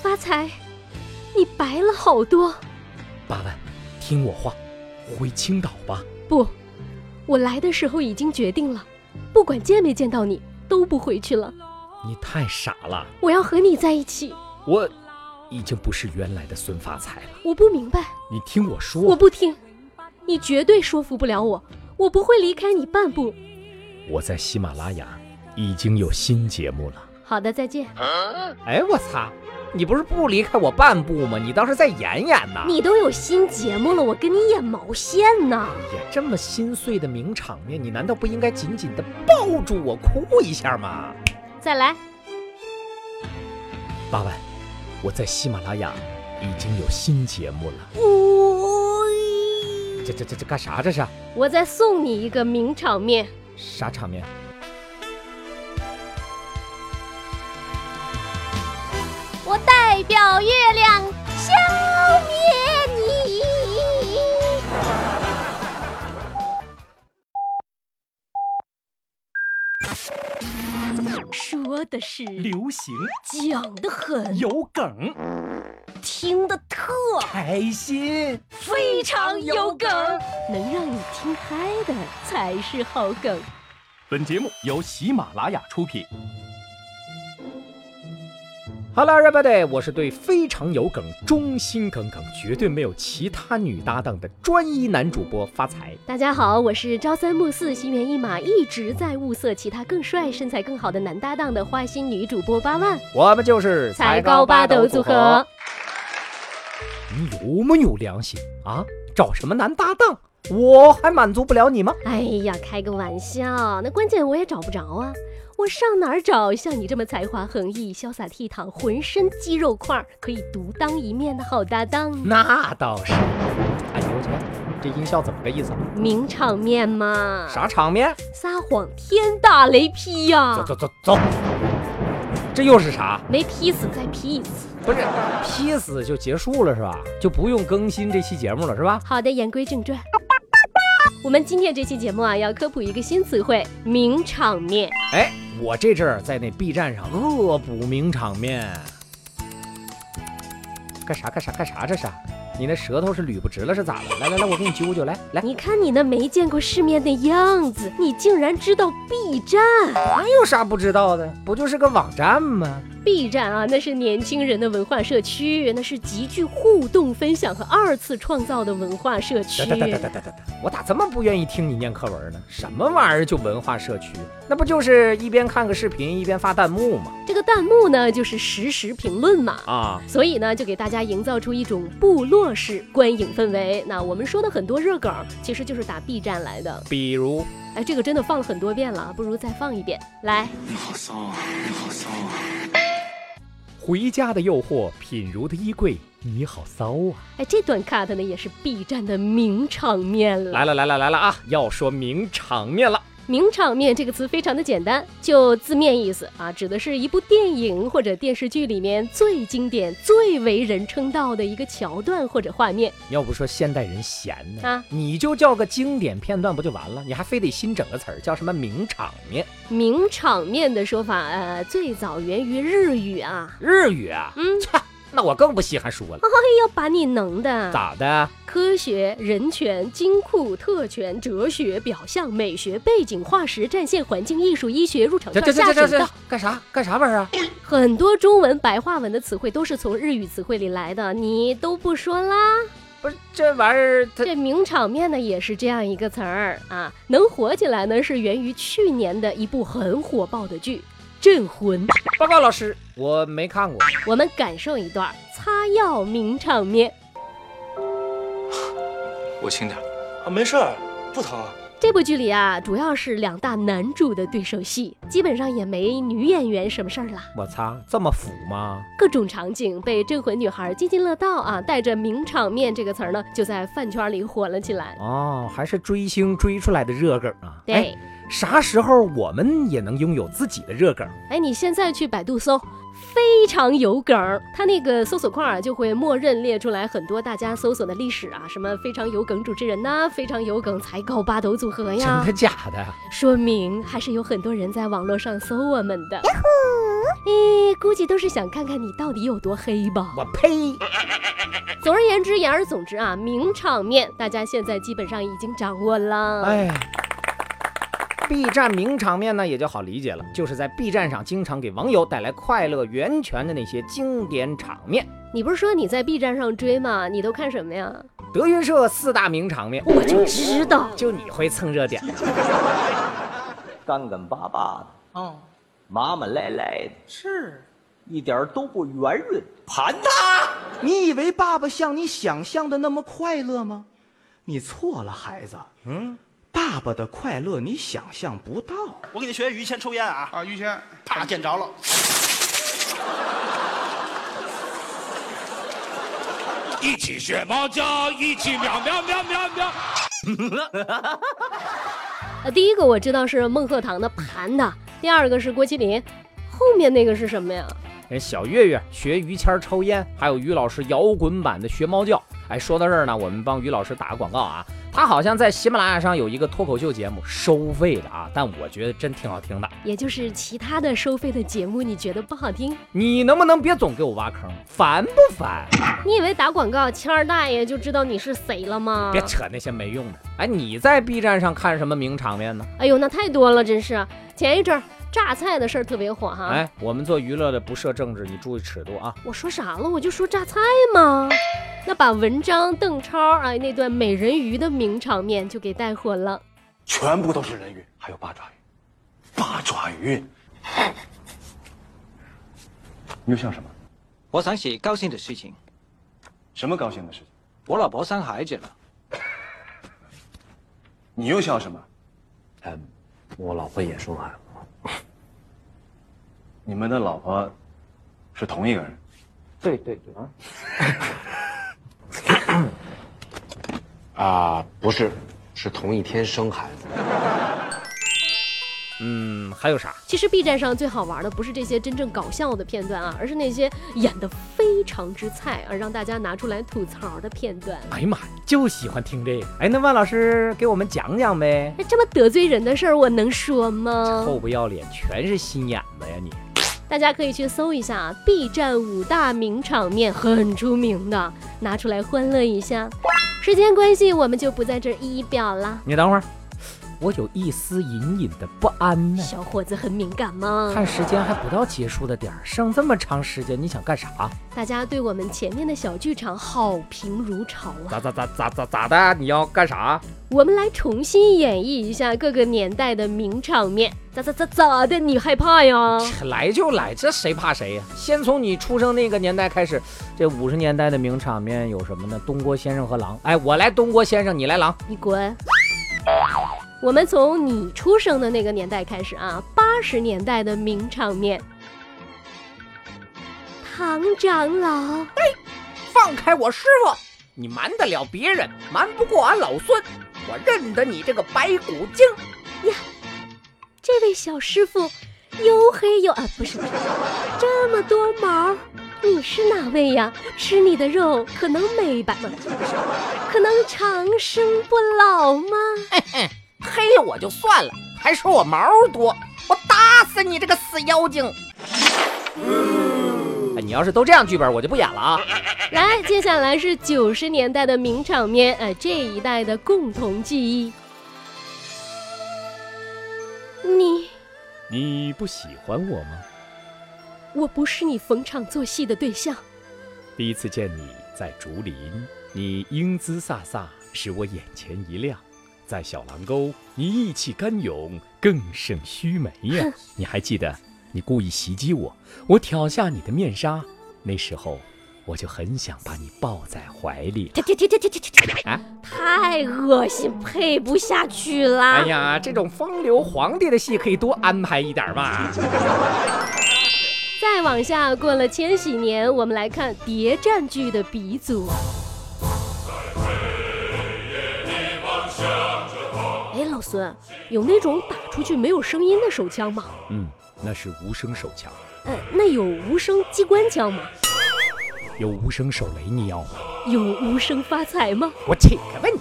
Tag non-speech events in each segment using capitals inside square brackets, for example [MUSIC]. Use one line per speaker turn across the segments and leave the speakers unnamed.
发财，你白了好多。
八万，听我话，回青岛吧。
不，我来的时候已经决定了，不管见没见到你，都不回去了。
你太傻了，
我要和你在一起。
我已经不是原来的孙发财了。
我不明白，
你听我说，
我不听，你绝对说服不了我，我不会离开你半步。
我在喜马拉雅已经有新节目了。
好的，再见。
哎，我操！你不是不离开我半步吗？你倒是再演演呐！
你都有新节目了，我跟你演毛线呢？
哎呀，这么心碎的名场面，你难道不应该紧紧的抱住我哭一下吗？
再来，
八万，我在喜马拉雅已经有新节目了。
这这这这干啥？这是
我再送你一个名场面。
啥场面？
我代表月亮消灭你。说的是，
流行
讲的很，
有梗，
听的特
开心。
非常有梗，能让你听嗨的才是好梗。
本节目由喜马拉雅出品。
Hello everybody，我是对非常有梗、忠心耿耿、绝对没有其他女搭档的专一男主播发财。
大家好，我是朝三暮四、心猿意马，一直在物色其他更帅、身材更好的男搭档的花心女主播八万。
我们就是
才高八斗组合。，
你嗯有没有良心啊？找什么男搭档？我还满足不了你吗？
哎呀，开个玩笑，那关键我也找不着啊！我上哪儿找像你这么才华横溢、潇洒倜傥、浑身肌肉块儿可以独当一面的好搭档呢？
那倒是。哎呦我去，这音效怎么个意思？
名场面嘛，
啥场面？
撒谎天打雷劈呀、
走走走走，这又是啥？
没劈死再劈一次。
不是劈死就结束了是吧？就不用更新这期节目了是吧？
好的，言归正传。我们今天这期节目啊，要科普一个新词汇——名场面。
哎，我这阵儿在那 B 站上恶补名场面，干啥干啥干啥这是？你那舌头是捋不直了是咋了？来来来，我给你揪揪，来来，
你看你那没见过世面的样子，你竟然知道 B 站
哪有啥不知道的？不就是个网站吗？
？B 站啊，那是年轻人的文化社区，那是极具互动、分享和二次创造的文化社区
哒。哒哒哒哒哒哒哒！我咋这么不愿意听你念课文呢？什么玩意儿就文化社区？那不就是一边看个视频一边发弹幕吗？
这个弹幕呢，就是实时评论嘛。
啊，
所以呢，就给大家营造出一种部落式观影氛围。那我们说的很多热梗，其实就是打 B 站来的。
比如
哎，这个真的放了很多遍了，不如再放一遍。来，
你好骚啊！你好骚啊！
《回家的诱惑》、品如的衣柜，你好骚啊！
哎，这段 cut 呢也是 B 站的名场面了。
来了来了来了啊！要说名场面了，
名场面这个词非常的简单，就字面意思啊，指的是一部电影或者电视剧里面最经典、最为人称道的一个桥段或者画面。
要不说现代人闲呢，
啊
你就叫个经典片段不就完了？你还非得新整个词儿叫什么名场面？
名场面的说法，呃，最早源于日语啊。
日语啊？
嗯，
那我更不稀罕说
[LAUGHS]
了。
要把你能的。
咋的？
科学、人权、金库、特权、哲学、表象、美学、背景、化石、战线、环境、艺术、医学、入场
这
券、
这
下
这这
水道
这。干啥干啥玩意儿啊？
很多中文白话文的词汇都是从日语词汇里来的，你都不说啦。
不是这玩意儿它。
这名场面呢，也是这样一个词儿啊，能火起来呢，是源于去年的一部很火爆的剧《镇魂》。
报告老师，我没看过。
我们感受一段擦药名场面。
我轻点儿。
啊，没事儿，不疼。
这部剧里啊，主要是两大男主的对手戏，基本上也没女演员什么事儿啦。
我擦，这么腐吗？
各种场景被镇魂女孩津津乐道啊，带着“名场面”这个词儿呢，就在饭圈里火了起来。
哦，还是追星追出来的热梗啊！
对，
哎，啥时候我们也能拥有自己的热梗？
哎，你现在去百度搜，非常有梗儿，它那个搜索框啊就会默认列出来很多大家搜索的历史啊，什么非常有梗主持人呐、非常有梗才高八斗组合
真
哎呀
的，假的？
说明还是有很多人在网络上搜我们的。诶，哎估计都是想看看你到底有多黑吧。
我呸！
总而言之，言而总之啊，名场面大家现在基本上已经掌握了。
哎，B 站名场面呢也就好理解了，就是在 B 站上经常给网友带来快乐源泉的那些经典场面。
你不是说你在 B 站上追吗？你都看什么呀？
德云社四大名场面，
我就知道，
就你会蹭热点。
干干巴巴的，
哦，
麻麻赖赖的，
是
一点儿都不圆润。
盘他。
你以为爸爸像你想象的那么快乐吗？你错了，孩子。嗯，爸爸的快乐你想象不到。
我给你学于谦抽烟啊，
啊，于谦，
啪点着了。
一起学猫叫，一起喵喵喵喵喵。
呃，第一个我知道是孟鹤堂的盘的，第二个是郭麒麟，后面那个是什么呀？
人小岳岳学于谦儿抽烟，还有于老师摇滚版的学猫叫。哎，说到这儿呢，我们帮于老师打个广告啊，他好像在喜马拉雅上有一个脱口秀节目，收费的啊，但我觉得真挺好听的。
也就是其他的收费的节目，你觉得不好听？
你能不能别总给我挖坑，烦不烦？
你以为打广告谦儿大爷就知道你是谁了吗？
别扯那些没用的。哎，你在 B 站上看什么名场面呢？
哎呦，那太多了，真是。前一阵儿榨菜的事儿特别火哈。
哎，我们做娱乐的不涉政治，你注意尺度啊。
我说啥了？我就说榨菜嘛。那把文章、邓超哎那段美人鱼的名场面就给带火了。
全部都是人鱼，还有八爪鱼，八爪鱼，
又像什么？
我想起高兴的事情，
什么高兴的事情？
我老婆生孩子了。
你又笑什么？
嗯，我老婆也生孩子了，
你们的老婆是同一个人？
对对对啊，啊不是，是同一天生孩子。
嗯，还有啥？
其实 B 站上最好玩的不是这些真正搞笑的片段啊，而是那些演得非常之菜啊，让大家拿出来吐槽的片段。
哎呀妈，呀，就喜欢听这个。哎，那万老师给我们讲讲呗。
哎，这么得罪人的事儿，我能说吗？
臭不要脸，全是心眼子呀你！
大家可以去搜一下啊 B 站五大名场面，很出名的，拿出来欢乐一下。时间关系，我们就不在这儿一一表啦。
你等会儿，我有一丝隐隐的不安呢。
小伙子很敏感嘛，
看时间还不到结束的点儿，剩这么长时间，你想干啥？
大家对我们前面的小剧场好评如潮啊！
咋咋咋咋咋咋的？你要干啥？
我们来重新演绎一下各个年代的名场面。咋咋咋咋的？你害怕呀？
来就来，这谁怕谁呀、先从你出生那个年代开始，这五十年代的名场面有什么呢？东郭先生和狼。哎，我来东郭先生，你来狼。
你滚！我们从你出生的那个年代开始啊，八十年代的名场面，唐长老。
放开我师傅！你瞒得了别人，瞒不过俺老孙。我认得你这个白骨精。
这位小师傅，又黑又啊，不是不是，这么多毛，你是哪位呀？吃你的肉可能美白吗？不是可能长生不老吗？
嗯黑我就算了，还说我毛多，我打死你这个死妖精！哎，你要是都这样剧本，我就不演了啊！
来，接下来是九十年代的名场面，哎、这一代的共同记忆。你，
你不喜欢我吗？
我不是你逢场作戏的对象。
第一次见你在竹林，你英姿飒飒，使我眼前一亮。在小狼沟，你意气干勇，更胜须眉
[LAUGHS]
呀！你还记得你故意袭击我，我挑下你的面纱，那时候我就很想把你抱在怀里。
停停停停停停停！
啊
太恶心，配不下去啦！
哎呀，这种风流皇帝的戏可以多安排一点嘛！
再往下，过了千禧年，我们来看谍战剧的鼻祖。哎，老孙，有那种打出去没有声音的手枪吗？
嗯，那是无声手枪，
呃，那有无声机关枪吗？
有无声手雷，你要吗？
有无声发财吗？
我请个问你，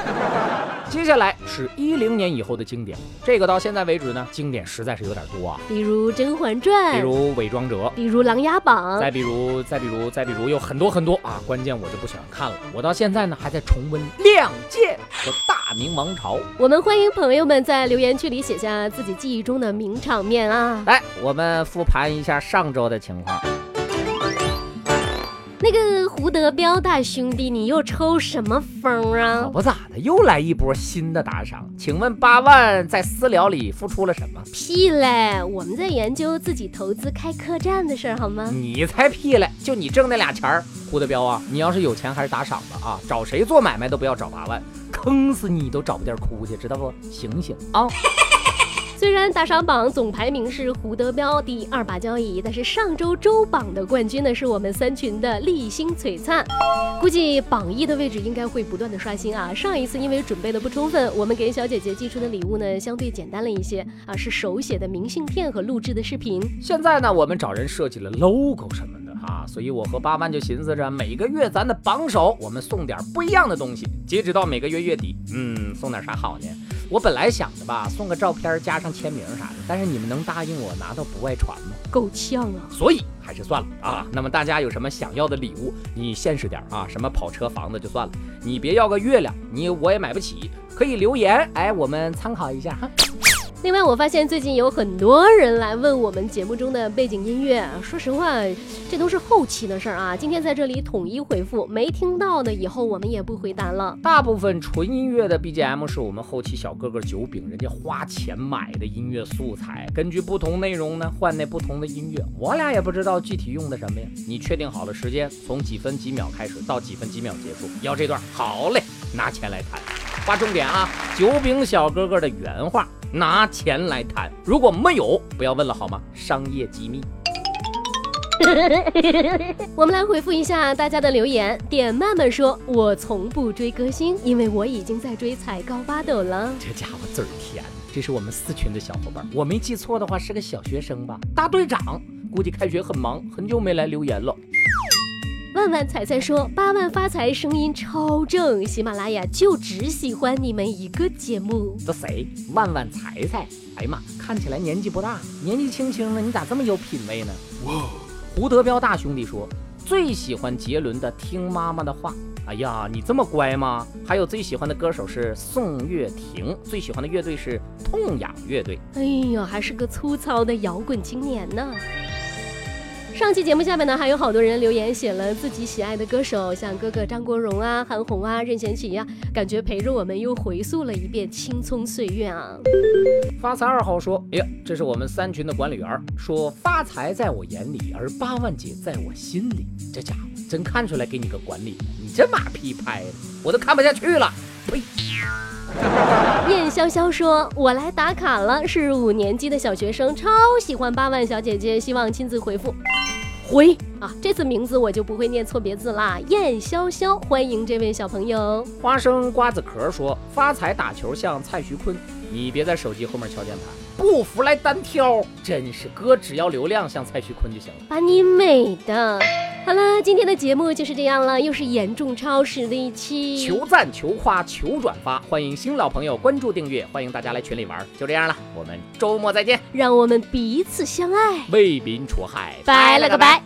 [LAUGHS] 接下来是一零年以后的经典，这个到现在为止呢，经典实在是有点多啊，
比如《甄嬛传》，
比如《伪装者》，
比如《琅琊榜》，
再比如，再比如，再比如，有很多很多啊！关键我就不喜欢看了，我到现在呢还在重温《亮剑》和《大明王朝》。
我们欢迎朋友们在留言区里写下自己记忆中的名场面啊！
来，哎我们复盘一下上周的情况。
那个胡德彪大兄弟，你又抽什么风
可
啊？
不咋的，又来一波新的打赏。请问八万在私聊里付出了什么？
屁嘞！我们在研究自己投资开客栈的事儿，好吗？
你才屁嘞！就你挣那俩钱儿，胡德彪啊！你要是有钱还是打赏吧啊！找谁做买卖都不要找八万，坑死你都找不地儿哭去，知道不？醒醒啊！
虽然打赏榜总排名是胡德彪第二把交椅，但是上周周榜的冠军呢是我们三群的立新璀璨，估计榜一的位置应该会不断的刷新啊。上一次因为准备的不充分，我们给小姐姐寄出的礼物呢相对简单了一些啊，是手写的明信片和录制的视频。
现在呢，我们找人设计了 logo 什么的啊，所以我和八万就寻思着，每个月咱的榜首，我们送点不一样的东西。截止到每个月月底，嗯，送点啥好呢？我本来想着吧，送个照片加上签名啥的，但是你们能答应我拿到不外传吗？
够呛啊！
所以还是算了啊。那么大家有什么想要的礼物，你现实点啊，什么跑车、房子就算了，你别要个月亮，你我也买不起。可以留言，哎，我们参考一下哈。
另外，我发现最近有很多人来问我们节目中的背景音乐啊，说实话，这都是后期的事儿啊。今天在这里统一回复，没听到的以后我们也不回答了。
大部分纯音乐的 BGM 是我们后期小哥哥九饼人家花钱买的音乐素材，根据不同内容呢换那不同的音乐。我俩也不知道具体用的什么呀。你确定好了时间，从几分几秒开始到几分几秒结束，要这段好嘞，拿钱来谈。划重点啊，九饼小哥哥的原话，拿钱来谈。如果没有，不要问了好吗？商业机密。
我们来回复一下大家的留言。点曼曼说：“我从不追歌星，因为我已经在追踩高八斗了。
这家伙嘴儿甜，这是我们四群的小伙伴，我没记错的话是个小学生吧？大队长，估计开学很忙，很久没来留言了。”
万万彩彩说：“八万发财声音超正，喜马拉雅就只喜欢你们一个节目。
这谁？万万才才，哎呀妈，看起来年纪不大，年纪轻轻的，你咋这么有品位呢？胡德彪大兄弟说，最喜欢杰伦的《听妈妈的话》。哎呀，你这么乖吗？还有最喜欢的歌手是宋岳庭，最喜欢的乐队是痛仰乐队。”
哎呦，还是个粗糙的摇滚青年呢。上期节目下面呢，还有好多人留言写了自己喜爱的歌手，像哥哥张国荣啊、韩红啊、任贤齐呀、感觉陪着我们又回溯了一遍青葱岁月啊。
发财二号说：“哎呀，这是我们三群的管理员儿说，发财在我眼里，而八万姐在我心里。这家伙真看出来给你个管理，你这马屁拍的，我都看不下去了。哎呸！
燕潇潇说：“我来打卡了，是五年级的小学生，超喜欢八万小姐姐，希望亲自回复。”回啊，这次名字我就不会念错别字啦。燕潇潇，欢迎这位小朋友。
花生瓜子壳说，发财打球像蔡徐坤，你别在手机后面敲键盘，不服来单挑，真是哥只要流量像蔡徐坤就行了。”
把你美的。好了，今天的节目就是这样了，又是严重超时的一期。
求赞、求夸、求转发，欢迎新老朋友关注订阅，欢迎大家来群里玩儿。就这样了，我们周末再见，
让我们彼此相爱，
为民除害，
拜了个拜。